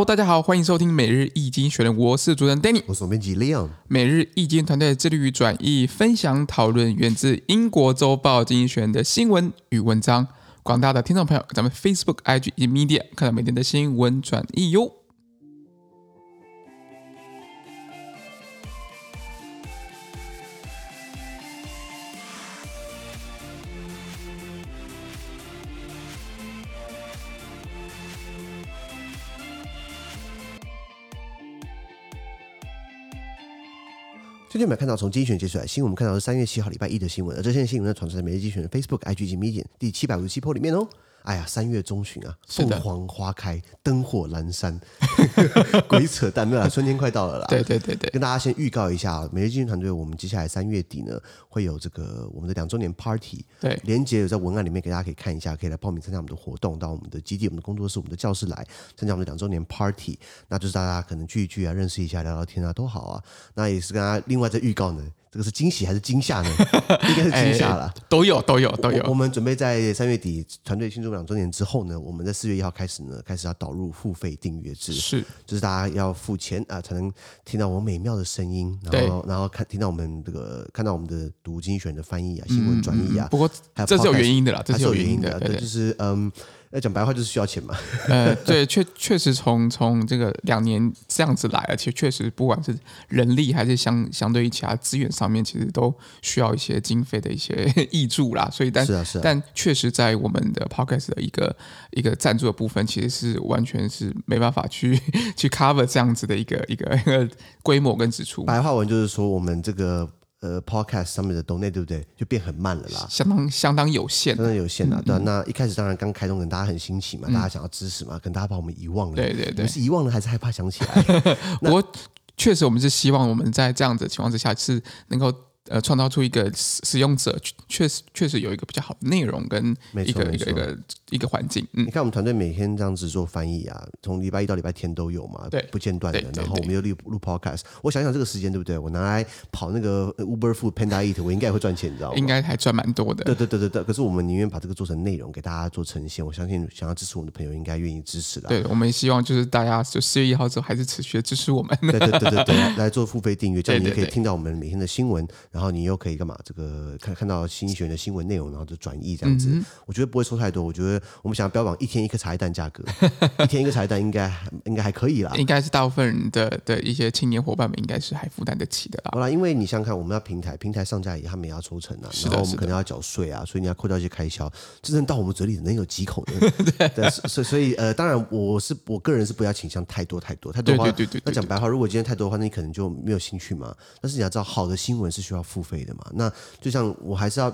哦大家好，欢迎收听每日易经学人，我是主持人 Danny。我是总编辑 Leon。每日易经团队致力于转译、分享、讨论源自英国周报《经济学人》的新闻与文章。广大的听众朋友，咱们 Facebook、IG 以及 Media 看到每天的新闻转译哟。最近我们看到从精选截取来新闻，我们看到是三月七号礼拜一的新闻，而这些新闻呢，传出在每日精选的 Facebook、IG 及 Medium 第七百五十七 p 里面哦。哎呀，三月中旬啊，是凤的凰花开，灯火 阑珊，鬼扯淡，没有啦，春天快到了啦。对对对对，跟大家先预告一下，啊每日精选团队，我们接下来三月底呢会有这个我们的两周年 party，对连接有在文案里面给大家可以看一下，可以来报名参加我们的活动，到我们的基地、我们的工作室、我们的教室来参加我们的两周年 party。那就是大家可能聚一聚啊，认识一下，聊聊天啊，都好啊。那也是跟大家另外再预告呢，这个是惊喜还是惊 吓呢？应该是惊吓啦。都有都有哎都我我有，们准备在三月底团队庆祝两周年之后呢，我们在四月一号开始呢，开始要导入付费订阅制。是就是大家要付钱啊、才能听到我美妙的声音，然后然后看听到我们这个看到我们的读经选的翻译啊、新闻转译啊，不过还有嗯这是有 podcast，原因的啦，这还是是有有原原因的，的。对对，对就。是嗯，要讲白话就是需要钱嘛。 呃，对，确确实从从这个两年这样子来，而且确实不管是人力还是相相对于其他资源上面，其实都需要一些经费的一些 益助啦。所以但，是但、啊，是啊。确实在我们的 podcast 的一个一个赞助的部分，其实是完全是没办法去 去 cover 这样子的一个一个一个规模跟支出，白话文就是说我们这个呃 podcast 上面的 donate 对不对，就变很慢了啦。相当相当有限真。的有限啊，对嗯啊。那一开始当然刚开通，可能大家很新奇嘛，大家想要支持嘛，可能大家把我们遗忘了。对对对你们是遗忘了还是害怕想起来？ 不过确实，我们是希望我们在这样子的情况之下是能够呃创造出一个使使用者确确实确实有一个比较好的内容跟没错一个没一个错一个一个环境，嗯你，看我们团队每天这样子做翻译啊，从礼拜一到礼拜天都有嘛，对不间断的对对。然后对我们又录录 podcast，我想想这个时间对不对？我拿来跑那个呃 Uber Food Panda Eat，我应该也会赚钱，你知道吗？应该还赚蛮多的对。对对对对，可是我们宁愿把这个做成内容给大家做呈现，我相信想要支持我们的朋友应该愿意支持的。对，我们希望就是大家就四月一号之后还是持续地支持我们。 对对对对对， 来来做付费订阅，这样对对你就可以对听到我们每天的新闻，然后你又可以干嘛？这个看看到新学的新闻内容，然后就转译这样子。嗯我觉得不会收太多，我觉得我们想要标榜一天一颗茶叶蛋 价格，一天一个茶叶蛋应该应该还可以啦。应该是大部分人的的一些青年伙伴们应该是还负担得起的啦。好啦，因为你想想看，我们要平台，平台上架也他们也要抽成啊，是的然后我是们的可能要缴税啊，所以你要扣掉一些开销，真正到我们嘴里能有几口 呢？对，所以所以呃，当然我是我个人是不要倾向太多太多太多对的话，对对对那对讲白话，如果今天太多的话，那你可能就没有兴趣嘛。但是你要知道，好的新闻是需要付费的嘛。那就像我还是要。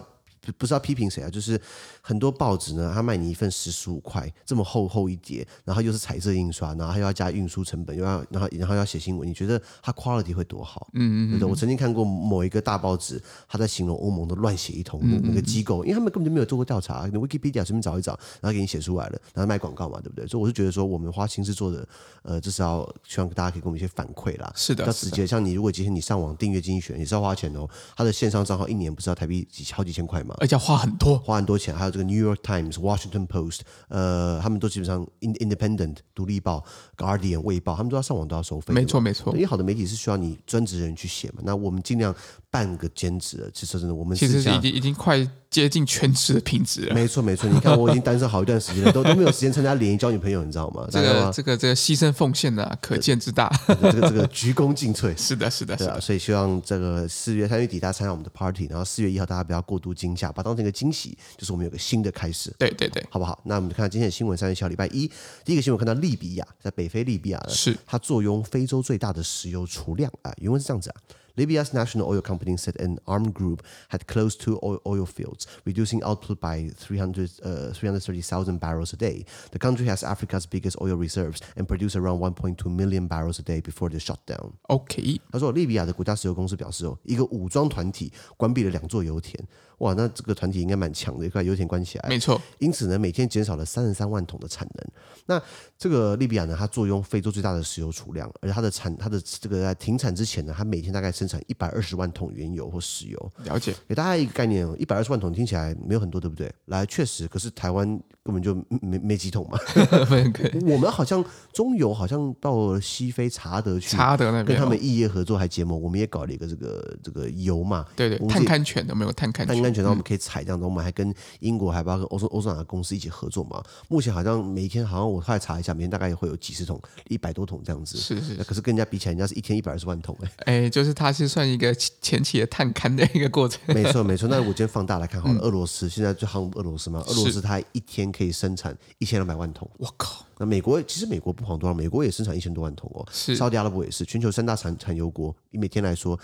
不不是要批评谁啊，就是很多报纸呢，他卖你一份十十五块，这么厚厚一叠，然后又是彩色印刷，然后还要加运输成本，又要然后然后要写新闻，你觉得它 quality 会多好？嗯嗯对不对？我曾经看过嗯某一个大报纸，他在形容欧盟的乱写一通，那个机构，因为他们根本就没有做过调查，你 Wikipedia 随便找一找，然后给你写出来了，然后卖广告嘛，对不对？所以我就觉得说，我们花心思做的，呃，至少希望大家可以给我们一些反馈啦。是的要是直的接像你，如果今天你上网订阅精选，也是要花钱哦。他的线上账号一年不是要台币几好几千块吗？而且要花很多，花很多钱，还有这个 New York Times、Washington Post，呃，他们都基本上 In Independent 独立报、Guardian 卫报，他们都要上网都要收费的嘛。没错没错因。为好的媒体是需要你专职人去写嘛。那我们尽量办个兼职了。其实真的，我们其实私是下已经已经快接近全职的品质了。没错没 错。你看，我已经单身好一段时间了，都都没有时间参加联谊交女朋友，你知道吗？这大家个吗这个这个牺牲奉献呢、可见之大。这个这个鞠躬尽瘁。 是的，是的，是对啊，的，所以希望这个四月三月底大家参加我们的 party，然后四月一号大家不要过度惊吓，把它当成一个惊喜，就是我们有个新的开始。对对对，好不好？那我们看今天的新闻，三月七号礼拜一，第一个新闻看到利比亚，在北非利比亚呢，是它坐拥非洲最大的石油储量啊。原文是这样子啊。Libya's national oil company said an armed group had closed two oil, oil fields, reducing output by 300, uh, 330,000 barrels a day. The country has Africa's biggest oil reserves and produced around 1.2 million barrels a day before the shutdown. OK，他说，利比亚的国家石油公司表示，哦，一个武装团体关闭了两座油田。哇，那这个团体应该蛮强的，把油田关啊起来。没错，因此呢，每天减少了三十三万桶的产能。那这个利比亚呢，它坐拥非洲最大的石油储量，而它的产它的这个在停产之前呢，它每天大概生产一百二十万桶原油或石油。了解。给大家一个概念哦，一百二十万桶听起来没有很多，对不对？来，确实，可是台湾根本就没没几桶嘛。分可以我们好像中游好像到了西非查德去，查德那跟边他哦，们异业合作还结盟，我们也搞了一个这个这个油嘛，对对我，们探自己勘犬有没有探勘但犬？安全到我们可以采这样子，我们还跟英国还包括欧洲欧洲哪个公司一起合作嘛。目前好像每一天好像我后来查一下，每天大概也会有几十桶，一百多桶这样子。是是那可是跟人家比起来，人家是一天一百二十万 桶哎、哎，就是它是算一个前 前期的探勘的一个 过程。没错没错。那我今天放大来看好嗯了，俄罗斯现在就航俄罗斯嘛，俄罗斯它一天可以生产一千两百万桶。我靠，那美国其实美国不遑多让，美国也生产一千多万桶哦，是沙特阿拉伯也是全球三大产产油国，以每天来说。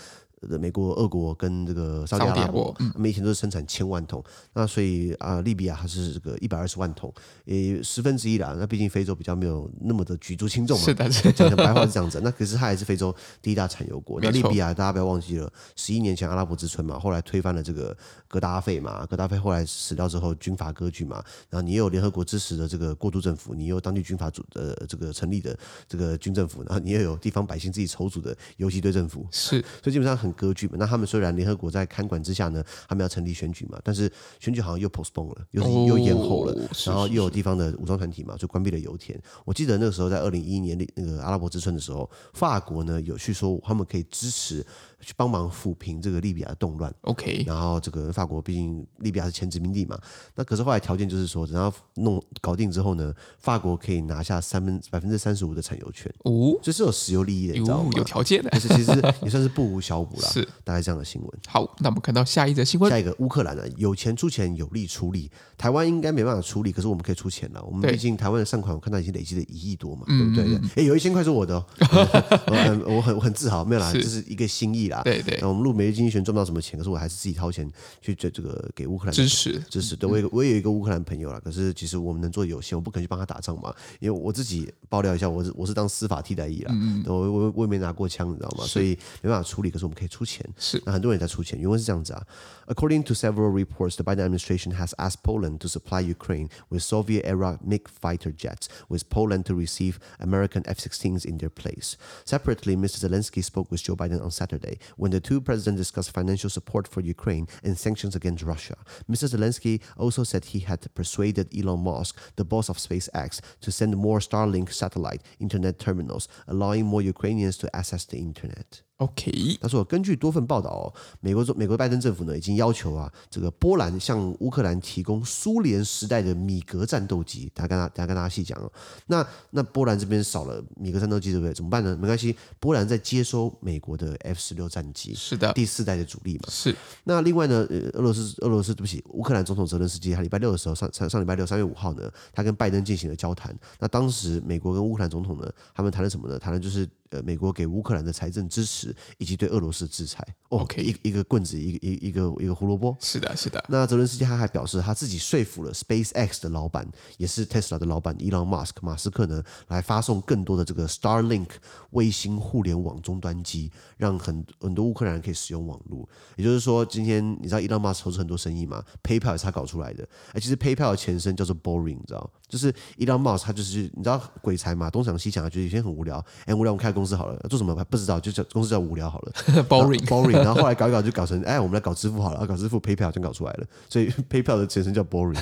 呃，美国、俄国跟这个沙特阿沙拉特阿拉伯伯，嗯他们以前都是生产千万桶，那所以啊、利比亚它是这个一百二十万桶，呃，十分之一啦。那毕竟非洲比较没有那么的举足轻重嘛，是的，是讲的，成白话是这样子，那可是它还是非洲第一大产油国。那没利错比亚大家不要忘记了，十一年前阿拉伯之春嘛，后来推翻了这个格达费嘛，格达费后来死掉之后，军阀割据嘛，然后你又有联合国支持的这个过渡政府，你又有当地军阀组呃这个成立的这个军政府，然后你又有地方百姓自己筹组的游击队政府，是所以基本上很割据嘛。那他们虽然联合国在看管之下呢，他们要成立选举嘛，但是选举好像又 postpone 了，又、哦又延后了，是然后是又有地方的武装团体嘛，就关闭了油田。我记得那个时候在二零一一年那那个阿拉伯之春的时候，法国呢有去说他们可以支持去帮忙抚平这个利比亚的动乱。 OK，然后这个法国毕竟利比亚是前殖民地嘛，那可是后来条件就是说，等到弄搞定之后呢，法国可以拿下三分百分之三十五的产油权，哦，这是有石油利益的，你知道吗有？有条件的但，是其实也算是不无小补啦。 是大概这样的新闻。好，那我们看到下一则新闻，下一个乌克兰呢，有钱出钱，有力出力。台湾应该没办法出力，可是我们可以出钱了。我们对嗯毕竟台湾的善款，我看到已经累积了一亿多嘛，对不对？哎、有一千块是我 的、哦，我很我很我很自豪，没有啦，是这是一个心意啦。对对那我们录每日经济学赚不到什么钱，可是我还是自己掏钱去这这个给乌克兰支持支持。对我有一个我也有一个乌克兰朋友啦，可是其实我们能做的有限，我不可能去帮他打仗嘛。因为我自己爆料一下，我是我是当司法替代役啦，我我我也没拿过枪，你知道吗？所以没办法处理，可是我们可以出钱。是那很多人在出钱，原文是这样子啊。According to several reports, the Biden administration has asked Poland to supply Ukraine with Soviet-era MiG fighter jets, with Poland to receive American F-16s in their place. Separately, Mr. Zelensky spoke with Joe Biden on Saturday when the two presidents discussed financial support for Ukraine and sanctions against Russia. Mr. Zelensky also said he had persuaded Elon Musk, the boss of SpaceX, to send more Starlink satellite internet terminals, allowing more Ukrainians to access the internet. OK，他说，根据多份报道、哦，美国美国拜登政府呢已经要求啊，这个波兰向乌克兰提供苏联时代的米格战斗机。大家跟大大家跟大家细讲哦。那那波兰这边少了米格战斗机，对不对？怎么办呢？没关系，波兰在接收美国的 F 十六战机，是的，第四代的主力嘛。是那另外呢，呃俄罗斯俄罗斯对不起，乌克兰总统泽连斯基，他礼拜六的时候，上上上礼拜六三月五号呢，他跟拜登进行了交谈。那当时美国跟乌克兰总统呢，他们谈了什么呢？谈的就是呃，美国给乌克兰的财政支持以及对俄罗斯的制裁。哦 OK 一一个棍子，一个一一个一个胡萝卜。是的，是的，那泽伦斯基他还表示，他自己说服了 SpaceX 的老板，也是 Tesla 的老板 Elon Musk 马斯克呢，来发送更多的这个 Starlink 卫星互联网终端机，让很很多乌克兰人可以使用网络。也就是说，今天你知道 Elon Musk 投资很多生意嘛，PayPal 也是他搞出来的。哎，其实 PayPal 的前身叫做 Boring，你知道，就是 Elon Musk 他就是你知道鬼才嘛，东想西想，觉得有些很无聊，哎，无聊我们开公司好了，做什么不知道，就叫公司叫无聊好了。 boring，啊 boring，然后后来搞一搞就搞成，哎，我们来搞支付好了，啊搞支付 PayPal 就搞出来了，所以 PayPal 的前身叫 boring。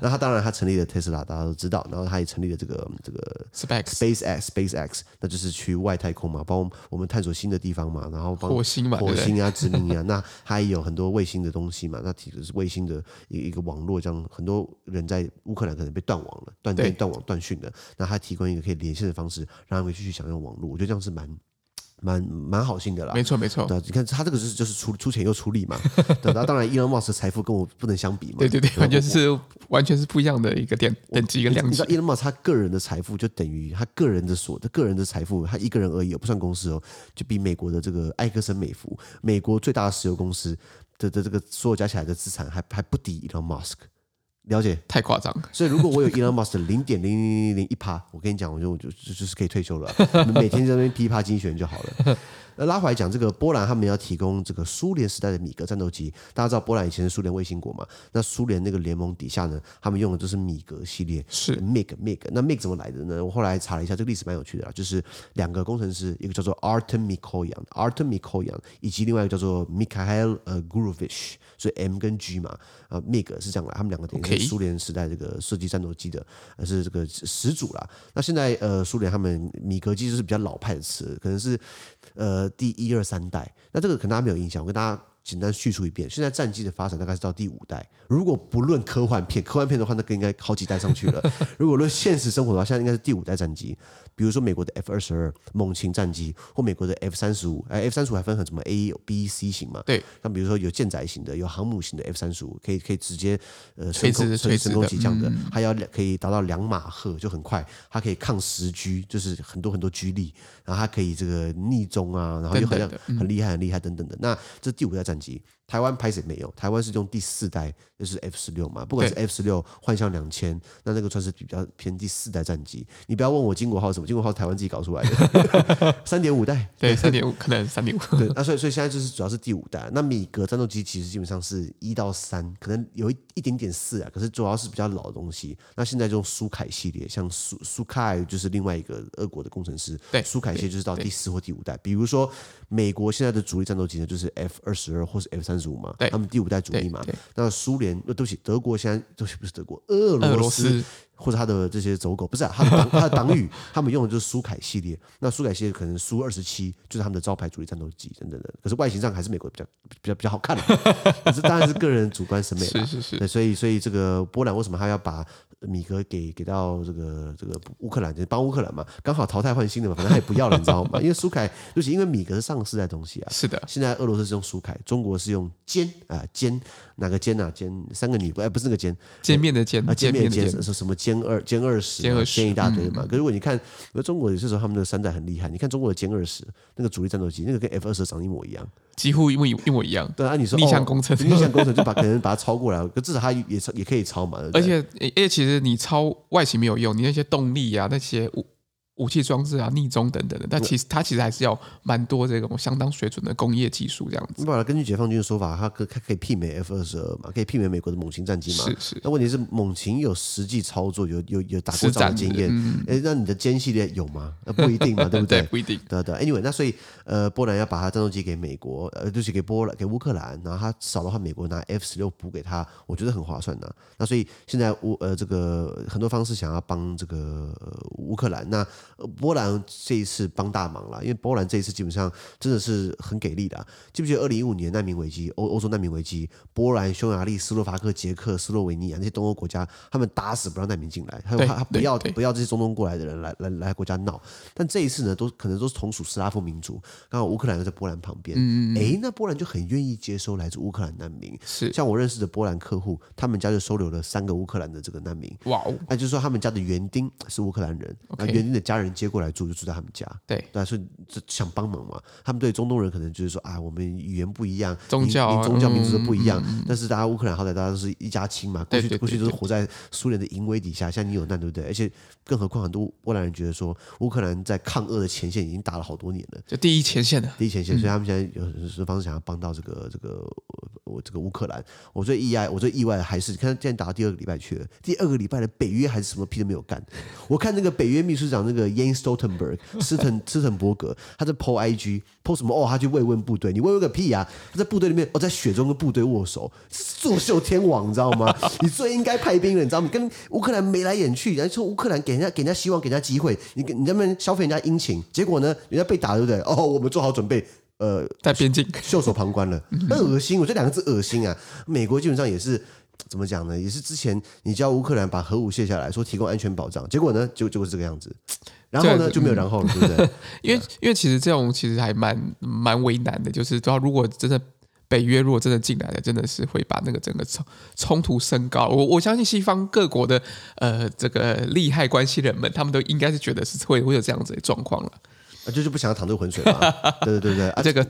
那他当然他成立了 Tesla，大家都知道，然后他也成立了这个这个 specs SpaceX SpaceX，那就是去外太空嘛，帮我们我们探索新的地方嘛，然后帮火星嘛，对火不对？星啊、殖民啊， 那它也有很多卫星的东西嘛，那其实是卫星的一一个网络，这样很多人在乌克兰可能被断网了、断电、对断网、断讯的，那它提供一个可以连线的方式，让他们继续享用网络，我觉得这样是蛮蛮蛮好心的啦。没错，没错，对啊，你看他这个就是就是出出钱又出力嘛， 对，啊那当然伊隆马斯的财富跟我不能相比嘛，对对对， 完全我。是完全是不一样的一个点等级一个你知量你知级道，伊隆马斯他个人的财富就等于他个人的所得，个人的财富，他一个人而已哦，不算公司哦，就比美国的这个埃克森美孚，美国最大的石油公司的的这个所有加起来的资产还还不敌伊隆马斯克，了解？太夸张了，所以如果我有 Elon Musk 的零点零零零零一趴，我跟你讲，我就我就就就是可以退休了啊，每天在那边噼啪精选就好了。呃，拉回来讲，这个波兰他们要提供这个苏联时代的米格战斗机。大家知道波兰以前是苏联卫星国嘛？那苏联那个联盟底下呢，他们用的就是米格系列，是 MiG MiG。那 MiG 怎么来的呢？我后来查了一下，这个历史蛮有趣的啦，就是两个工程师，一个叫做 Artem Mikoyan Artem Mikoyan，以及另外一个叫做 Mikhail 呃 Gurovich，所以 M 跟 G 嘛，呃 MiG 是这样来，他们两个等于 OK 是苏联时代这个设计战斗机的，呃是这个始祖啦。那现在呃苏联他们米格机就是比较老派的词，可能是呃第一二三代。那这个可能大家没有印象，我跟大家简单叙述一遍。现在战机的发展大概是到第五代，如果不论科幻片，科幻片的话，那更应该好几代上去了。如果论现实生活的话，现在应该是第五代战机，比如说美国的 F 二十二猛禽战机，或美国的 F 三十五，哎，F 三十五还分很什么 A、B、C 型嘛？对。那比如说有舰载型的，有航母型的 F 三十五，可以可以直接呃垂升直空垂升直升的空起降的，嗯还要两可以达到两马赫，就很快，它可以抗十 G，就是很多很多 G 力，然后它可以这个逆中啊，然后又等好等像的嗯很厉害很厉害等等的。那这是第五代战机，台湾拍谁没有？台湾是用第四代，就是 F 十六嘛，不管是 F 十六幻象两千，那那个算是比较偏第四代战机。你不要问我金国号是什么，金国号是台湾自己搞出来的， 三点五代，对，三点五可能 三点五，对， 那所以所以现在就是主要是第五代。那米格战斗机其实基本上是一到三，可能有一一点点四啊，可是主要是比较老的东西。那现在就用苏凯系列，像苏苏凯就是另外一个俄国的工程师，对苏凯系列就是到对第四或第五代。比如说美国现在的主力战斗机呢，就是 F 二十二或是 F 三十五嘛对，他们第五代主对力嘛对。那苏联，呃，对不起，德国现在对不起不是德国，俄俄罗罗斯斯或者他的这些走狗，不是、啊、他的党他的党羽， 他们用的就是苏凯系列。那苏凯系列可能苏二十七就是他们的招牌主力战斗机等等的，可是外形上还是美国比较比较比较好看的， 可是当然是个人主观审美是啦。是是，对，所以所以这个波兰为什么他要把米格给给到这个这个乌克兰，就是帮乌克兰嘛，刚好淘汰换新的嘛，反正他也不要了，你知 道吗？因为苏凯就是因为米格是上世代东西啊，是的，现在俄罗斯是用苏凯，中国是用歼啊歼哪个歼啊歼三个女不哎不是那个歼，见面的见啊，，歼见嗯灭面歼的见，什什么歼二、歼二十、歼歼20一大堆嗯嘛。可是如果你看，我觉得中国有些时候他们的三代很厉害。你看中国的歼二十那个主力战斗机，那个跟 F 二十长得一模一样。几乎一模一一模一样。对啊，你说逆向哦工程逆向工程就把可能把它超过来，可至少它也超也可以超嘛。对不 对而且，而且其实你超外形没有用，你那些动力啊、那些武武器装置啊、逆中等等的，但其实它其实还是要蛮多这种相当水准的工业技术这样子。你把它根据解放军的说法，它可它可以媲美 F 二十二嘛，可以媲美美国的猛禽战机嘛。是是那问题是猛禽有实际操作，有有有打实过战仗的经的嗯验。哎、那你的歼系列有吗？那不一定嘛，对不不一定。对啊对啊，Anyway，那所以呃，波兰要把它战斗机给美国，呃，就是给波兰给乌克兰，然后它少的话，美国拿 F 十六补给他，我觉得很划算呐、那所以现在乌呃这个很多方式想要帮这个、呃乌克兰，那、呃波兰这一次帮大忙了，因为波兰这一次基本上真的是很给力的啊、记不记得二零一五年难民危机，欧欧洲难民危机，波兰、匈牙利、斯洛伐克、捷克、斯洛维尼亚那些东欧国家，他们打死不让难民进来，还有对他他不对要对不要这些中东过来的人来来来国家闹。但这一次呢，都可能都是同属斯拉夫民族，刚好乌克兰又在波兰旁边，嗯诶，那波兰就很愿意接收来自乌克兰难民。是像我认识的波兰客户，他们家就收留了三个乌克兰的这个难民，哇哦，那就是说他们家的园丁是乌克兰人，那 OK 园丁的家人接过来住，就住在他们家。对，对啊，所以这想帮忙嘛。他们对中东人可能就是说啊，我们语言不一样，宗民教啊民宗教、民族都嗯不一样。但是大家乌克兰好歹大家都是一家亲嘛，过对对去对过去都是活在苏联的淫威底下，现在你有难，对不对？而且更何况很多波兰人觉得说，乌克兰在抗俄的前线已经打了好多年了。就第一前线的，第一前线，所以他们现在有很多方式想要帮到这个这个我我这个乌克兰。我最意外，我最意外的还是看现在打到第二个礼拜去了，第二个礼拜的北约还是什么屁都没有干。我看那个北约秘书长那个 Yan Stoltenberg 斯滕斯滕伯格，他在 PO IG PO 什么哦，他去慰问部队，你慰问个屁啊！他在部队里面，哦，在雪中跟部队握手，作秀天王，你知道吗？ 你最应该派兵了，你知道吗？你跟乌克兰眉来眼去，然后说乌克兰给人家给人家希望，给人家机会，你跟你在那边消费人家殷勤，结果呢，人家被打，对不对？哦，我们做好准备，呃，在边境，袖手旁观了，那恶心！我这两个字恶心啊！美国基本上也是怎么讲呢？也是之前你叫乌克兰把核武卸下来，说提供安全保障，结果呢，就结果是这个样子。然后对呢，就没有然后了，对不对？啊因为因为其实这种其实还蛮蛮为难的，就是主要如果真的。北约如果真的进来了，真的是会把那个整个冲冲突升高。我我相信西方各国的呃这个利害关系人们，他们都应该是觉得是会会有这样子的状况了。啊，就是不想要淌这个浑水嘛。对对对对，啊，这个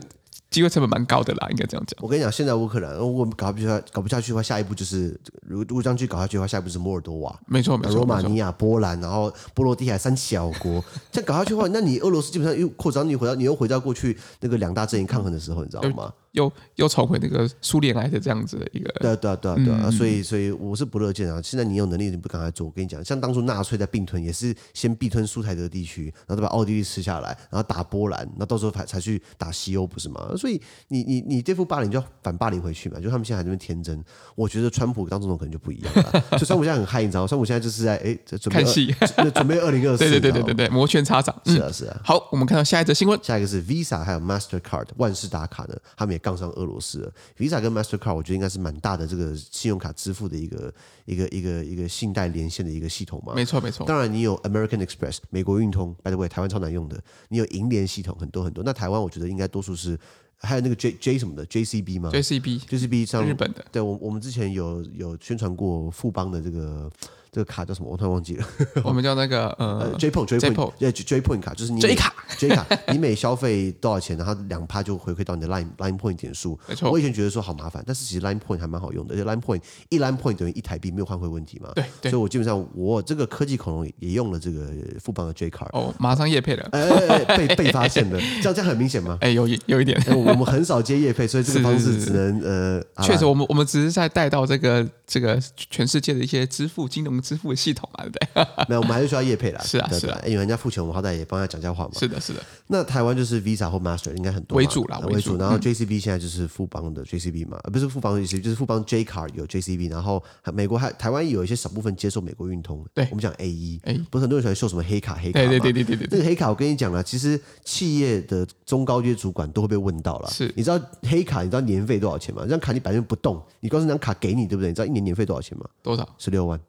机会成本蛮高的啦，应该这样讲。我跟你讲，现在乌克兰如果搞不下搞不下去的话，下一步就是如如果这样去搞下去的话，下一步是摩尔多瓦、没错，没罗错，马没错尼。亚、波兰，然后波罗的海三小国，这样搞下去的话，那你俄罗斯基本上又扩张，你回到你又回到过去那个两大阵营抗衡的时候，你知道吗？又又重回那个苏联来的这样子的一个，对啊，对啊，对啊，嗯对啊，所以所以我是不乐见啊。现在你有能力，你不赶快做，我跟你讲，像当初纳粹在并吞，也是先并吞苏台德地区，然后再把奥地利吃下来，然后打波兰，然后到时候才才去打西欧，不是嗯吗？所以你你你对付霸凌就要反霸凌回去嘛，就他们现在还在那边天真。我觉得川普当总统可能就不一样了， 所以川普现在很嗨，你知道吗？川普现在就是在哎准备看戏二准备二零二四，对对对你对知道对吗对，摩拳擦掌。嗯是，啊是啊。好，我们看到下一则新闻。下一个是 Visa 还有 Mastercard 万事达卡呢，他们也杠上俄罗斯了。Visa 跟 Mastercard 我觉得应该是蛮大的这个信用卡支付的一个一个一个一个信贷连线的一个系统嘛。没错没错，当然，你有 American Express 美国运通，by the way 台湾超难用的，你有银联系统很多很多。那台湾我觉得应该多数是还有那个 J J 什么的 JCB 吗 JCB ？JCB 上日本 的对我我们之前有有宣传过富邦的这个这个卡叫什么，我突然忘记了。我们叫那个呃呃，J Point J Point Point 对 J Point 卡就是你 J 每卡 J 卡，你每消费多少钱，然后两趴就回馈到你的 Line Line Point 点数。没错我以前觉得说好麻烦，但是其实 Line Point 还蛮好用的，而且 Line Point 一 Line Point 等于一台币，没有换汇问题嘛。对对所以我基本上我这个科技恐龙也用了这个富邦的 J 卡，哦，马上叶配了，哎哎哎被被发现的，这样这样很明显吗？哎，有一有一点，哎我我们很少接业配，所以这个是方是式是只能呃， 好啦确实，我们我们只是在带到这个这个全世界的一些支付金融支付的系统啊嘛，对 不对？没有，我们还是需要业配啦。是啊对是啊，对因为人家付钱，我们好歹也帮他讲下话嘛。是的，是的，那台湾就是 Visa 或 Master 应该很多嘛为主啦嗯呃为为主主。然后 JCB 现在就是富邦的 JCB 嘛，呃不是富邦的 JCB，就是富邦 J 卡有 JCB，然后美国还台湾有一些少部分接受美国运通。对我们讲 A 一 AE，不是很多人喜欢秀什么黑卡黑卡对嘛？对对对对对那对，个黑卡，我跟你讲了，其实企业的中高阶主管都会被问到了。是你知道黑卡你知道年费多少钱吗？这张卡你摆那边不动，你光是那张卡给你，对不对？你知道一年年费多少钱吗？多少十六万。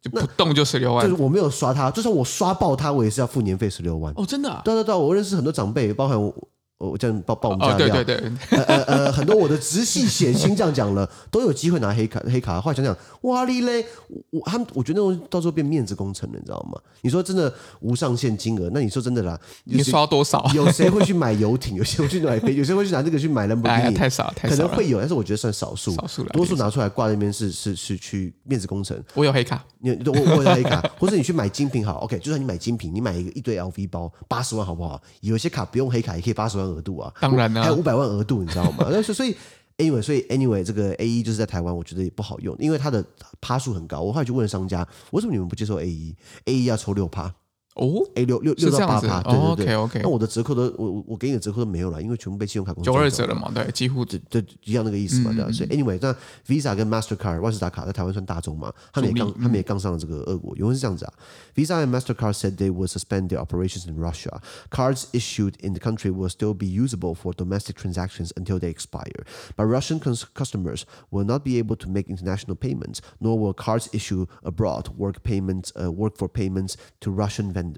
就不动就十六就万是我没有刷它，就算我刷爆它，我也是要付年费十六万。哦，真的啊？对对对，我认识很多长辈，包含我，我我这样爆爆我们家哦，的对对料，对，呃呃呃，很多我的直系血亲这样讲了，都有机会拿黑卡黑卡。后来想想，哇哩嘞，我我他们我觉得那种到时候变面子工程了，你知道吗？你说真的无上限金额，那你说真的啦，有你谁刷多少？有谁会去买游艇？有谁会去买飞？有谁会去拿这个去买兰博哎基呀，尼？太少了太可少能了，会有，但是我觉得算少数，少数了多数拿出来挂在那边是是是去面子工程。我有黑卡，你我我有黑卡，或者你去买精品好，OK，就算你买精品，你买一个一堆 LV 包八十万好不好？有一些卡不用黑卡也可以八十万额度啊，当然啦还有五百万额度，你知道吗？那所以所以 anyway，所以 anyway，这个 A 一就是在台湾，我觉得也不好用，因为它的趴数很高。我后来去问商家，为什么你们不接受 A 一？A 一要抽六趴哦， ，A 六六是六这到样八子哦趴，对对对。 ，OK 那 OK，我的折扣都我我我给你的折扣都没有了，因为全部被信用卡公司九二赚走折了嘛，对，几乎对对，一样那个意思嘛，对吧、所以 anyway，那 Visa 跟 Mastercard 万事达卡在台湾算大众嘛，他们也杠，他们也杠上了这个俄国。原文是这样子啊，Visa and Mastercard said they would suspend their operations in Russia. Cards issued in the country will still be usable for domestic transactions until they expire, but Russian cons- customers will not be able to make international payments, nor will cards issued abroad work payments uh, work for payments to Russian vendors.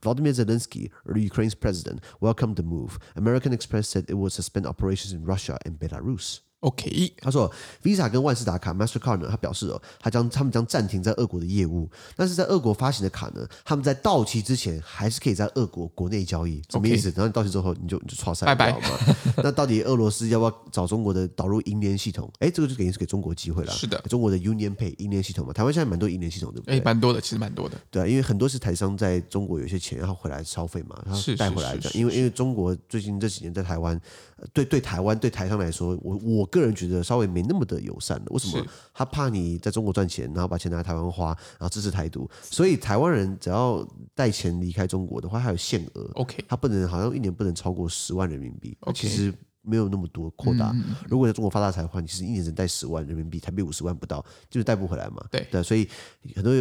Vladimir Zelensky, Ukraine's president, welcomed the move. American Express said it would suspend operations in Russia and Belarus. OK，他说，Visa 跟万事达卡 Mastercard 呢，他表示哦，他将他们将暂停在俄国的业务，但是在俄国发行的卡呢，他们在到期之前还是可以在俄国国内交易，什么意思然后你到期之后你就你就刷塞拜了拜嘛？ 那到底俄罗斯要不要找中国的导入银联系统？哎，这个就等于是给中国机会了。是的，中国的 Union Pay 银联系统嘛，台湾现在蛮多银联系统，对不对？哎，蛮多的，其实蛮多的，对啊，因为很多是台商在中国有些钱，然后回来消费嘛，然后是带是回来是的。是因为因为中国最近这几年在台湾，呃对对台湾对台商来说，我我个人觉得稍微没那么的友善了。为什么是？他怕你在中国赚钱，然后把钱拿来台湾花，然后支持台独。所以台湾人只要带钱离开中国的话，还有限额， OK 他不能好像一年不能超过十万人民币。 OK 嗯其实。没有那么多扩大。如果在中国发大财的话，你其实一年只能带十万人民币，台币五十万不到，就是带不回来嘛。对对，所以很多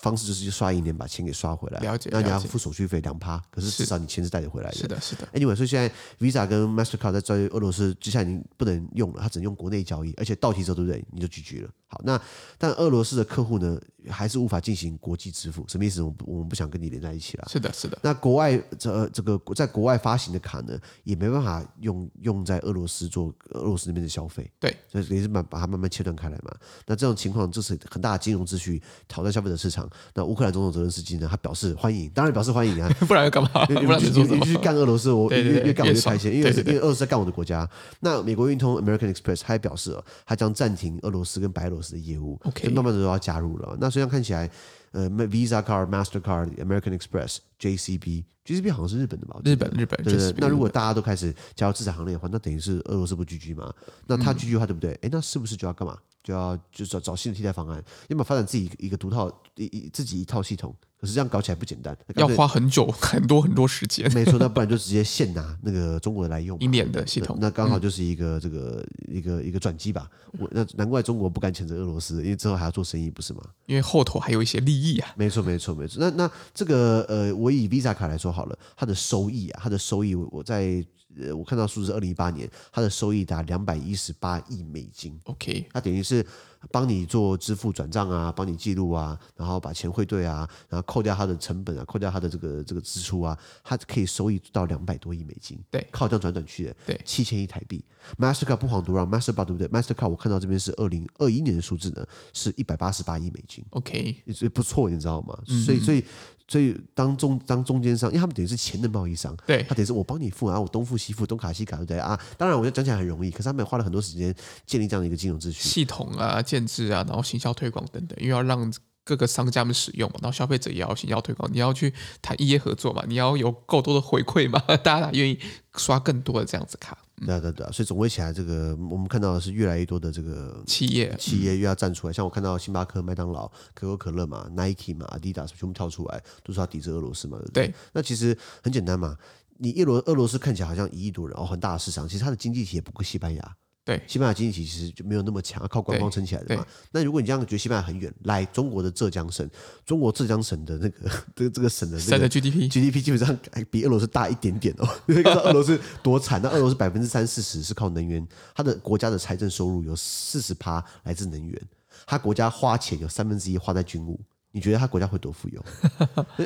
方式就是去刷银联把钱给刷回来，了解那你了要解付手续费两趴，可是至少你钱是带得回来是的。的，是的， Anyway，所以现在 Visa 跟 Mastercard 在在俄罗斯接下来已经不能用了，它只能用国内交易，而且到期之后，对不对？你就 GG 了。好，那但俄罗斯的客户呢，还是无法进行国际支付，什么意思？我们不我们不想跟你连在一起啦。是的，是的， 那国外这、呃这个在国外发行的卡呢，也没办法用用在俄罗斯做俄罗斯那边的消费，对，所以也是把把它慢慢切断开来嘛。那这种情况，这是很大的金融秩序挑战消费者市场。那乌克兰总统泽连斯基呢，他表示欢迎，当然表示欢迎啊，不然要干嘛？你 不然能你做你什么你？去干俄罗斯，我对对越对越干我越越爽开心，因为对对对因为俄罗斯在干我的国家。那美国运通 American Express 他也表示了，他将暂停俄罗斯跟白俄罗斯的业务 OK 就慢慢的都要加入了。那虽然看起来，呃，Visa Card、Mastercard、American Express、JCB、JCB 好像是日本的吧？我记日得本，日本，对确对实对，那如果大家都开始加入制裁行列的话，那等于是俄罗斯不居居嘛？那嗯他居居的话，对不对？哎，那是不是就要干嘛？就要就找找新的替代方案，要么发展自己一个独套一一自己一套系统。可是这样搞起来不简单，那干要脆花很久、很多很多时间，没错，那不然就直接现拿那个中国的来用嘛。英联的系统。嗯那刚好就是一个这个一个一个转机吧，我那难怪中国不敢谴责俄罗斯，因为之后还要做生意，不是吗？因为后头还有一些利益啊。没错，没错，没错。那那这个呃，我以 Visa 卡来说好了，它的收益啊，它的收益我，我在呃，我看到数字，二零一八年它的收益达两百一十八亿美金， OK，它等于是帮你做支付转账啊，帮你记录啊，然后把钱汇兑啊，然后扣掉它的成本啊，扣掉它的这个这个支出啊，它可以收益到两百多亿美金。对靠这样转转去的，对七千亿台币。Mastercard 不遑多让，Mastercard 对不对？Mastercard 我看到这边是二零二一年的数字呢，是一百八十八亿美金。 OK，也是不错，你知道吗？嗯所以，所以，所以当中当中间商，因为他们等于是钱的贸易商，对他等于是我帮你付啊，我东付西付，东卡西卡，对不对啊？当然，我就讲起来很容易，可是他们也花了很多时间建立这样的一个金融秩序。系统啊、建制啊，然后行销推广等等，因为要让各个商家们使用嘛，然后消费者也要行销推广，你要去谈异业合作嘛，你要有够多的回馈嘛， 大家才愿意刷更多的这样子卡。对啊，对啊对啊，所以总归起来，这个我们看到的是越来越多的这个企业企业越要站出来，像我看到星巴克、麦当劳、可口可乐嘛、Nike 嘛、Adidas 全部跳出来，都是要抵制俄罗斯嘛，对不对？对那其实很简单嘛，你一罗俄罗斯看起来好像一亿多人哦，很大的市场，其实它的经济体也不过西班牙，对西班牙经济体其实就没有那么强，靠观光撑起来的对嘛。那如果你这样觉得西班牙很远，来中国的浙江省，中国浙江省的那个 这个这个省的那省的个 GDP GDP 基本上还比俄罗斯大一点点哦。 你可以知道俄罗斯多惨，那俄罗斯百分之三四十是靠能源，它的国家的财政收入有四十趴来自能源，它国家花钱有三分之一花在军务。你觉得他国家会多富有？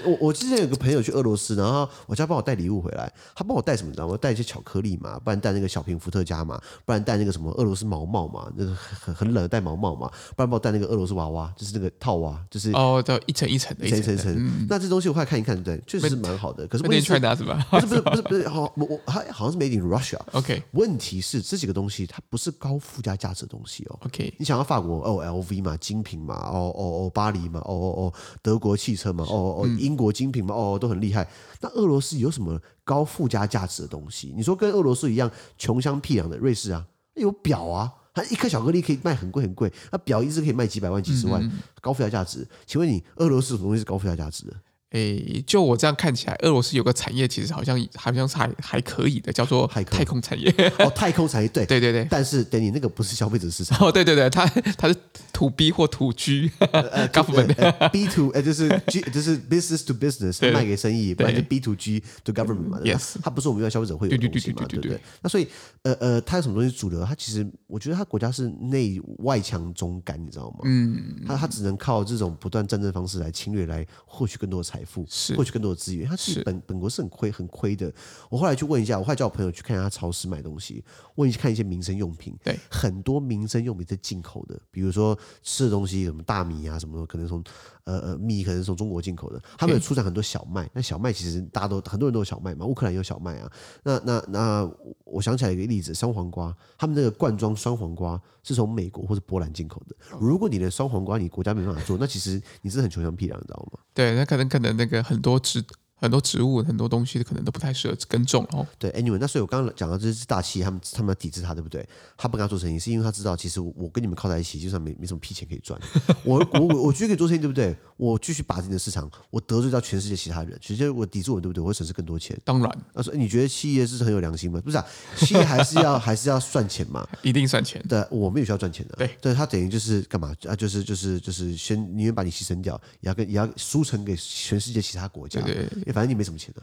我我之前有个朋友去俄罗斯，然后我叫他帮我带礼物回来，他帮我带什么？你知道吗？带一些巧克力嘛，不然带那个小瓶伏特加嘛，不然带那个什么俄罗斯毛毛嘛，那个很很很冷的带毛毛嘛，不然帮我带那个俄罗斯娃娃，就是那个套娃，就是哦，对，一层一层的，一一层一层层一的，层。那这东西我快看一看，对，确实是蛮好的。可是那问题天穿是，搭是吧 不是不是不是不是，好，我我它好像是 made in Russia。 ？OK 问题是这几个东西它不是高附加价值的东西哦。 OK，你想要法国哦，LV 嘛，精品嘛，哦哦哦，巴黎嘛，哦哦哦，德国汽车嘛，哦哦哦，英国精品嘛，哦哦，都很厉害。那俄罗斯有什么高附加价值的东西？你说跟俄罗斯一样穷乡僻壤的瑞士啊，有表啊，它一颗巧克力可以卖很贵很贵，那表一只可以卖几百万、几十万，高附加价值。请问你俄罗斯有什么东西是高附加价值的？诶，就我这样看起来，俄罗斯有个产业其实好像好像是还还可以的，叫做还可以太空产业。 哦，太空产业对，对对对， 但是等你那个不是消费者市场。哦，对对对，他他是土 B 或土 G 呃 government， B to 呃就是 G 就是 business to business 卖给生意，不然就 B to G to government 嘛，对吧 Yes 它不是我们要消费者会有的对对东西嘛，对对对对不对对？那所以呃呃，它有什么东西主流？它其实我觉得它国家是内外强中干，你知道吗？嗯，它它只能靠这种不断战争方式来侵略，来获取更多的财富，是获取更多的资源。它自是己本本国是很亏很亏的。我后来去问一下，我后来叫我朋友去看一下超市买东西，问一下看一些民生用品，对，很多民生用品是进口的，比如说吃的东西，什么大米啊，什么可能从呃呃米可能是从中国进口的，他们有出产很多小麦。那小麦其实大家都很多人都有小麦嘛，乌克兰也有小麦啊。那那那我我想起来一个例子，酸黄瓜，他们那个罐装酸黄瓜是从美国或者波兰进口的。如果你的酸黄瓜你国家没办法做，那其实你是很穷乡僻壤，你知道吗？对，那可能可能那个很多植很多植物很多东西可能都不太适合耕种哦。对，anyway，那所以我刚刚讲到这是大企业，他们他们要抵制他，对不对？他不跟他做生意，是因为他知道，其实我我跟你们靠在一起，基本上没没什么屁钱可以赚。我我我我继续可以做生意，对不对？我继续把自己的市场，我得罪到全世界其他人，其实我抵制我，对不对？我会损失更多钱。当然，他说：“你觉得企业是很有良心吗？不是啊，企业还是要还是要算钱嘛。一定算钱。对，我们也需要赚钱的、对，对他等于就是干嘛啊？就是就是就是先宁愿把你牺牲掉，也要跟也要输成给全世界其他国家。对对因为反正你没什么钱啊。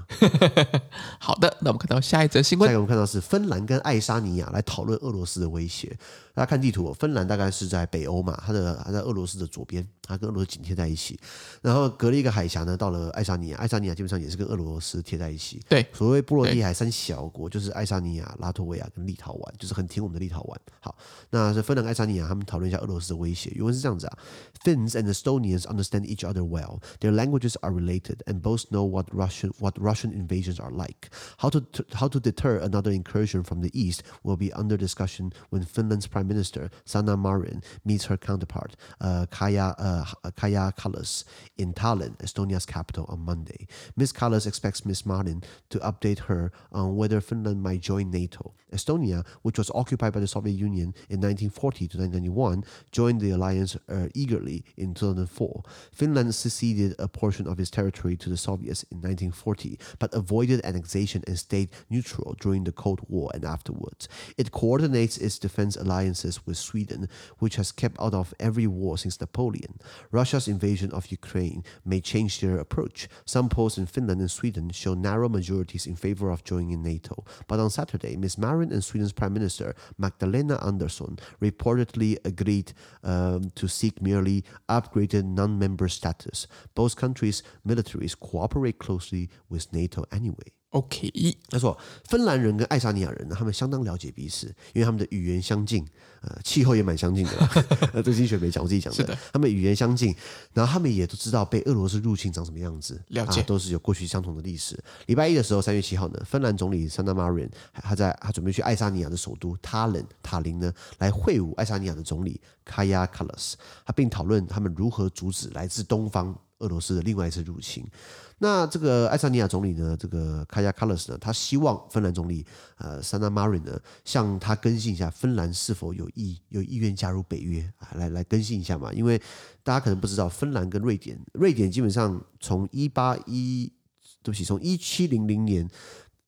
好的，那我们看到下一则新下一闻。个我们看到是芬兰跟爱沙尼亚来讨论俄罗斯的威胁。大家看地图哦、芬兰大概是在北欧嘛，它的它在俄罗斯的左边，它跟俄罗斯紧贴在一起。然后隔了一个海峡呢，到了爱沙尼亚，爱沙尼亚基本上也是跟俄罗斯贴在一起。对，所谓波罗的海三小国就是爱沙尼亚、拉脱维亚跟立陶宛，就是很挺我们的立陶宛。好，那是芬兰、爱沙尼亚，他们讨论一下俄罗斯的威胁。原文是这样子啊：Finns and Estonians understand each other well. Their languages are related and both know what Russian what Russian invasions are like. How to how to deter another incursion from the east will be under discussion when Finland's prime minister Sanna Marin meets her counterpart uh, Kaya uh, Kaya Kallas in Tallinn, Estonia's capital, on Monday. Ms. Kallas expects Ms. Marin to update her on whether Finland might join NATO. Estonia, which was occupied by the Soviet Union in 1940 to 1991, joined the alliance uh, eagerly in 2004. Finland seceded a portion of its territory to the Soviets in 1940, but avoided annexation and stayed neutral during the Cold War and afterwards. It coordinates its defense alliances with Sweden, which has kept out of every war since Napoleon. Russia's invasion of Ukraine may change their approach. Some polls in Finland and Sweden show narrow majorities in favor of joining NATO. But on Saturday, Ms. Marin and Sweden's Prime Minister Magdalena Andersson reportedly agreed um, to seek merely upgraded non member status. Both countries' militaries cooperate closely with NATO anyway. OK，他说，芬兰人跟爱沙尼亚人呢，他们相当了解彼此，因为他们的语言相近，呃，气候也蛮相 近的啦。呃，这金雪没讲，我自己讲的。他们语言相近，然后他们也都知道被俄罗斯入侵长什么样子，了解啊都是有过去相同的历史。礼拜一的时候，三月七号呢，芬兰总理桑德马瑞他在他准备去爱沙尼亚的首都塔伦塔林呢，来会晤爱沙尼亚的总理卡亚卡拉斯，他并讨论他们如何阻止来自东方俄罗斯的另外一次入侵。那这个爱沙尼亚总理呢，这个卡亚卡拉斯呢，他希望芬兰总理呃桑纳马瑞呢，向他更新一下芬兰是否有意有意愿加入北约啊，来来更新一下嘛，因为大家可能不知道，芬兰跟瑞典，瑞典基本上从一八一，对不起，从一七零零年。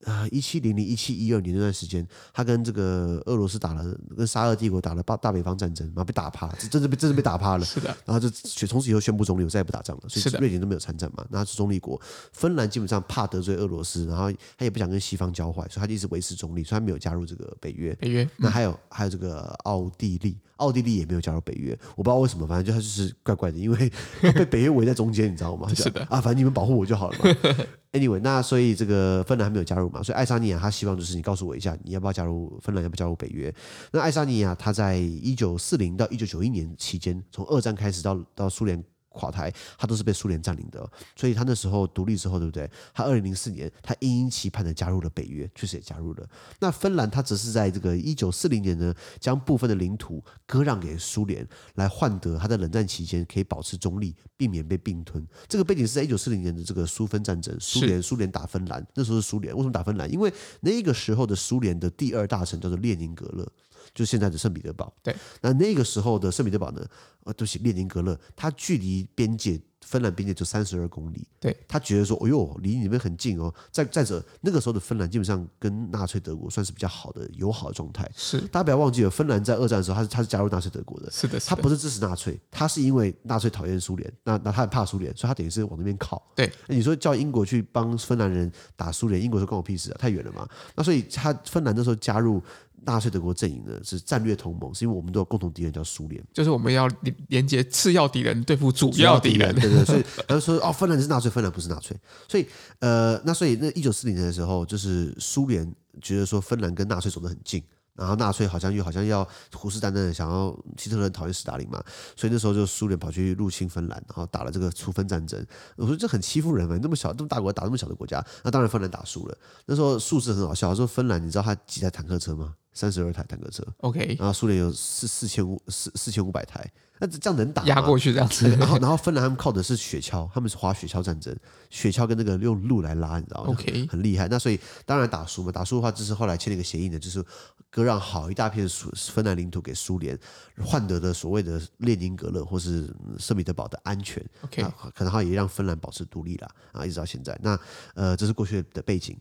啊，一七零零一七一二年那段时间，他跟这个俄罗斯打了，跟沙俄帝国打了大大北方战争，然后被打趴了，这真的被真的被打趴了。是的，然后就从此以后宣布中立，我再也不打仗了。所是以的瑞典都没有参战嘛，那它是中立国。芬兰基本上怕得罪俄罗斯，然后他也不想跟西方交坏，所以他就一直维持中立，所以他没有加入这个北约。北约那还有还有这个奥地利，奥地利也没有加入北约，我不知道为什么，反正就他就是怪怪的，因为它被北约围在中间，你知道吗？是的就啊，反正你们保护我就好了嘛。Anyway，那所以这个芬兰还没有加入嘛，所以爱沙尼亚他希望就是你告诉我一下，你要不要加入芬兰，要不要加入北约？那爱沙尼亚它在一九四零到一九九一年期间，从二战开始到到苏联垮台，它都是被苏联占领的，哦所以它那时候独立之后，对不对？它二零零四年，它殷殷期盼的加入了北约，确实也加入了。那芬兰它只是在这个一九四零年呢，将部分的领土割让给苏联，来换得它在冷战期间可以保持中立，避免被并吞。这个背景是在一九四零年的这个苏芬战争，苏是联苏联打芬兰，那时候是苏联为什么打芬兰？因为那个时候的苏联的第二大城叫做列宁格勒，就是现在的圣彼得堡。对，那那个时候的圣彼得堡呢，呃，对不起，列宁格勒，它距离边界芬兰边界就三十二公里。对，他觉得说，哎呦，离你们很近哦。再再者，那个时候的芬兰基本上跟纳粹德国算是比较好的友好的状态。是大家不要忘记了，哦芬兰在二战的时候，他是他是加入纳粹德国的，是的，是他的，不是支持纳粹，他是因为纳粹讨厌苏联，那那他很怕苏联，所以他等于是往那边靠。对，那你说叫英国去帮芬兰人打苏联，英国说关我屁事啊，太远了嘛。那所以他芬兰那时候加入纳粹德国阵营呢，是战略同盟，是因为我们都有共同敌人叫苏联。就是我们要连连接次要敌人对付主主要要敌敌人人，。对对，所以他就说哦，芬兰是纳粹，芬兰不是纳粹，所以呃，那所以那一九四零年的时候，就是苏联觉得说芬兰跟纳粹走得很近。然后纳粹好像又好像要虎视眈眈的想要希特勒很讨厌斯大林嘛，所以那时候就苏联跑去入侵芬兰，然后打了这个苏芬战争。我说这很欺负人嘛，你那么小那么大国打那么小的国家，那当然芬兰打输了。那时候数字很好笑，说芬兰你知道它几台坦克车吗？三十二台坦克车， OK，然后苏联有四四千五四四千五百台，那这样能打吗压过去这样子。 然后然后芬兰他们靠的是雪橇，他们是滑雪橇战争，雪橇跟那个用鹿来拉，你知道吗 OK 很厉害。那所以当然打输嘛，打输的话，就是后来签了一个协议呢，就是割让好一大片苏芬兰领土给苏联，换得的所谓的列宁格勒或是嗯圣彼得堡的安全。 OK，啊可能它也让芬兰保持独立啦，啊，一直到现在。那呃，这是过去的背景。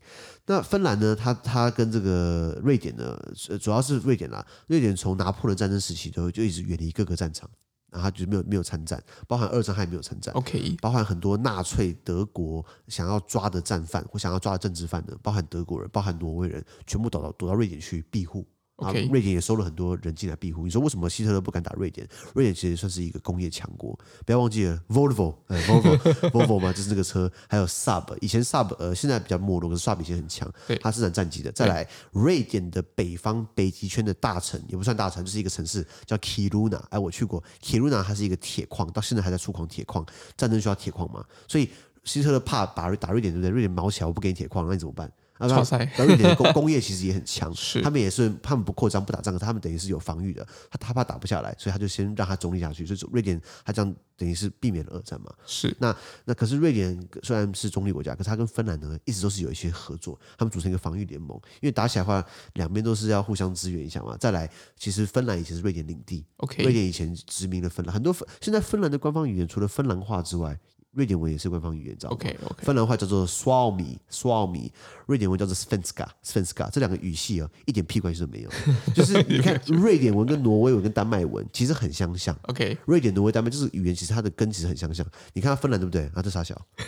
那芬兰呢，它它跟这个瑞典呢，呃主要是瑞典啦，瑞典从拿破仑战争时期就就一直远离各个战场。然后它就没有没有参战，包含二战它也没有参战， OK，包含很多纳粹德国想要抓的战犯或想要抓的政治犯呢，包含德国人、包含挪威人，全部躲到躲到瑞典去庇护。啊 OK 瑞典也收了很多人进来庇护。你说为什么希特勒不敢打瑞典？瑞典其实算是一个工业强国，不要忘记了 Volvo，呃 Volvo Volvo 嘛，就是那个车，还有 Saab，以前 Saab 呃现在比较没落，可是 Saab 以前很强对，它生产战机的。再来，瑞典的北方北极圈的大城也不算大城，就是一个城市叫 Kiruna，哎，我去过 Kiruna，它是一个铁矿，到现在还在出矿铁矿，战争需要铁矿嘛，所以希特勒怕打打瑞典，对不对？瑞典毛起来，我不给你铁矿，那你怎么办？啊，超塞然后瑞典的工工业其实也很强，是他们也是他们不扩张不打仗，可他们等于是有防御的，他他怕打不下来，所以他就先让他中立下去，所以瑞典他这样等于是避免了二战嘛。是那那可是瑞典虽然是中立国家，可是他跟芬兰呢一直都是有一些合作，他们组成一个防御联盟，因为打起来的话，两边都是要互相支援一下嘛。再来，其实芬兰以前是瑞典领地，瑞 OK，典以前殖民了芬兰，很多芬现在芬兰的官方语言除了芬兰话之外，瑞典文也是官方语言，知道吗 OK OK，芬兰话叫做 Suomi Suomi，瑞典文叫做 Svenska Svenska，这两个语系啊一点屁关系都没有。就是你看瑞典文跟挪威文跟丹麦文其实很相像。 OK，瑞典、挪威、丹麦，就是语言，其实它的根其实很相像。你看它芬兰对不对？啊，这傻小，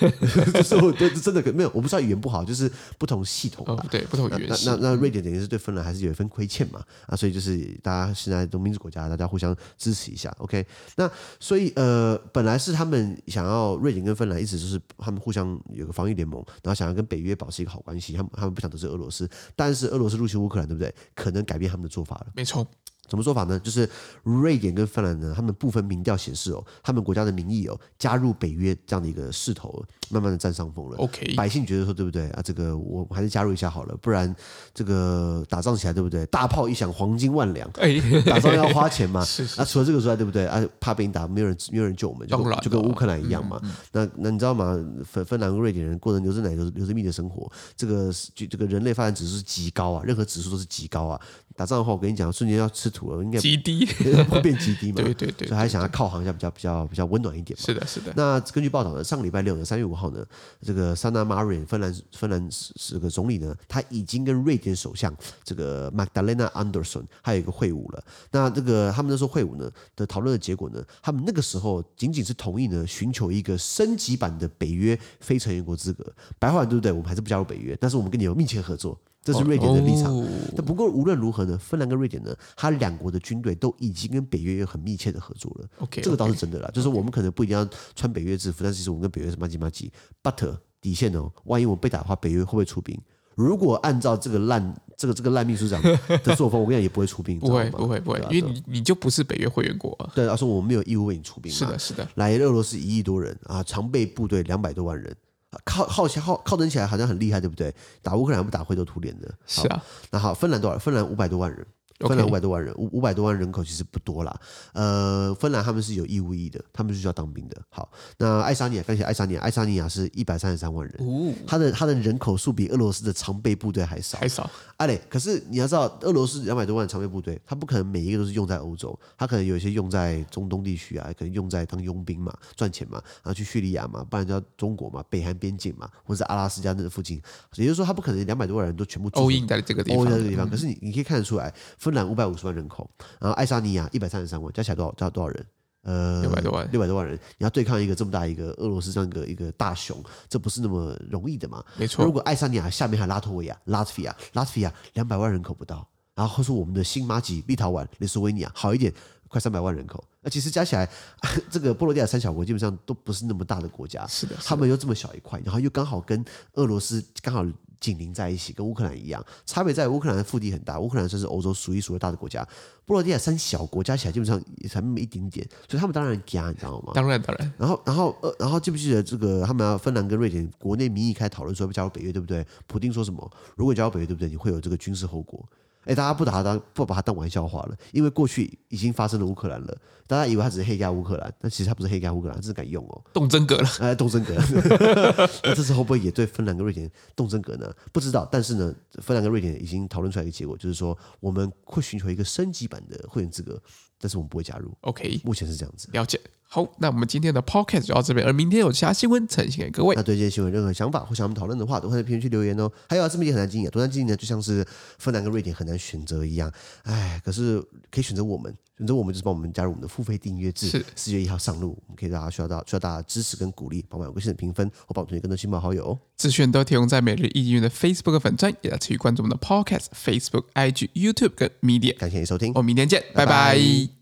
就是我对这真的可没有，我不知道语言不好，就是不同系统哦吧。对，不同那语言那系那那瑞典等于是对芬兰还是有一份亏欠嘛啊，所以就是大家现在都民主国家，大家互相支持一下，OK？那所以呃，本来是他们想要瑞典跟芬兰一直就是他们互相有个防御联盟，然后想要跟北约保持一个好关系，他们他们不想得罪俄罗斯，但是俄罗斯入侵乌克兰，对不对？可能改变他们的做法了。没错，怎么做法呢？就是瑞典跟芬兰呢，他们部分民调显示哦，他们国家的民意哦，加入北约这样的一个势头，慢慢的占上风了。 OK 百姓觉得说对不对啊？这个我还是加入一下好了，不然这个打仗起来对不对？大炮一响，黄金 万两。哎，打仗要花钱嘛， 是啊，除了这个之外，对不对？啊，怕被你打，没有人，没有人救我们，就当跟然嗯就跟了乌克兰一样嘛。那那你知道吗？芬芬兰、跟瑞典人过着流着奶、流着流着蜜的生活，这个是就这个人类发展指数是极高啊，任何指数都是极高啊。打仗的话，我跟你讲，瞬间要吃土了，应该极低，会变极低嘛。对对对所以还想要靠航一下，比较比较比较温暖一点嘛。是的，是的，那根据报道呢，上个礼拜六呢，三月五号呢，这个萨纳马瑞芬兰芬兰这个总理呢，他已经跟瑞典首相这个 Magdalena Andersson 还有一个会晤了。那这个他们那时候会晤呢的讨论的结果呢，他们那个时候仅仅是同意呢寻求一个升级版的北约非成员国资格。白话文对不对？我们还是不加入北约，但是我们跟你有密切合作，这是瑞典的立场。哦但不过无论如何呢，芬兰跟瑞典呢，它两国的军队都已经跟北约有很密切的合作了。 OK，这个倒是真的啦，就是我们可能不一定要穿北约制服，但是其实我们跟北约是麻吉麻吉。But 底线哦，万一我们被打的话，北约会不会出兵？如果按照这个烂这个这个烂秘书长的作风，我跟你讲也不 会出兵，不会你知道吗不会不会对啊，因为你你就不是北约会员国啊，对啊，他说我们没有义务为你出兵嘛。是的，是的，来俄罗斯一亿多人啊，常备部队两百多万人，啊靠靠靠靠登起来好像很厉害，对不对？打乌克兰不打灰头土脸的，好是啊那好，芬兰多少？芬兰五百多万人。 OK 芬兰五百多万人，五五百多万人口其实不多啦。呃，芬兰他们是有义务役的，他们是需要当兵的。好，那爱沙尼亚，刚才爱沙尼亚，爱沙尼亚是一百三十三万人，哦，他的他的人口数比俄罗斯的常备部队还少。还少，哎嘞，可是你要知道，俄罗斯两百多万常备部队，他不可能每一个都是用在欧洲，他可能有一些用在中东地区啊，可能用在当佣兵嘛，赚钱嘛，然后去叙利亚嘛，不然就要中国嘛，北韩边境嘛，或者是阿拉斯加那附近，也就是说，他不可能两百多万人都全部驻欧守印在这个地欧方洲的，嗯这个地方，可是你你可以看得出来，芬兰五百五十万人口，然后爱沙尼亚一百三十三万，加起来多少？加多少人？呃， 600多万六百多万人，你要对抗一个这么大一个俄罗斯这样一个一个大熊，这不是那么容易的嘛？没错如果爱沙尼亚下面还有拉脱维亚、拉脱维亚、拉脱维亚两百万人口不到，然后说我们的新马吉、立陶宛、列斯维尼亚好一点，快三百万人口，那其实加起来， 这个波罗的海三小国基本上都不是那么大的国家，是的，是他们又这么小一块，然后又刚好跟俄罗斯刚好紧邻在一起，跟乌克兰一样。差别在于乌克兰的腹地很大，乌克兰算是欧洲数一数二大的国家，波罗的海三小国加起来基本上也才那么一丁点，所以他们当然夹，你知道的，？吗当然当然，然后，然后，呃，然后记不记得这个他们要芬兰跟瑞典国内民意开始讨论说要不要加入北约，对不对？普丁说什么？如果加入北约，对不对？你会有这个军事后果。哎，大家不把它当不把它当玩笑话了，因为过去已经发生了乌克兰了，大家以为他只是黑压乌克兰，但其实他不是黑压乌克兰，他只是敢用哦。动真格了，哎，动真格， 那这次会不会也对芬兰跟瑞典动真格呢？不知道，但是呢，芬兰跟瑞典已经讨论出来一个结果，就是说我们会寻求一个升级版的会员资格，但是我们不会加入， ，OK，目前是这样子。了解，好，那我们今天的 podcast 就到这边，而明天有其他新闻呈现给各位那。对这些新闻有任何想法或想我们讨论的话，都会在评论区留言哦。还有啊，这边也很难经营啊，多难经营呢，就像是芬兰跟瑞典很难选择一样。哎，可是可以选择我们，选择我们就是帮我们加入我们的付费订阅制是，四月一号上路，我们可以大家需要大需要大家支持跟鼓励，帮忙有个新的评分，或帮我们推荐更多亲朋好友哦。资讯都提供在每日易经的 Facebook 粉专，也要持续关注我们的 podcast、Facebook、IG、YouTube 跟 Media。感谢你收听我，们明天见，嗯拜拜拜拜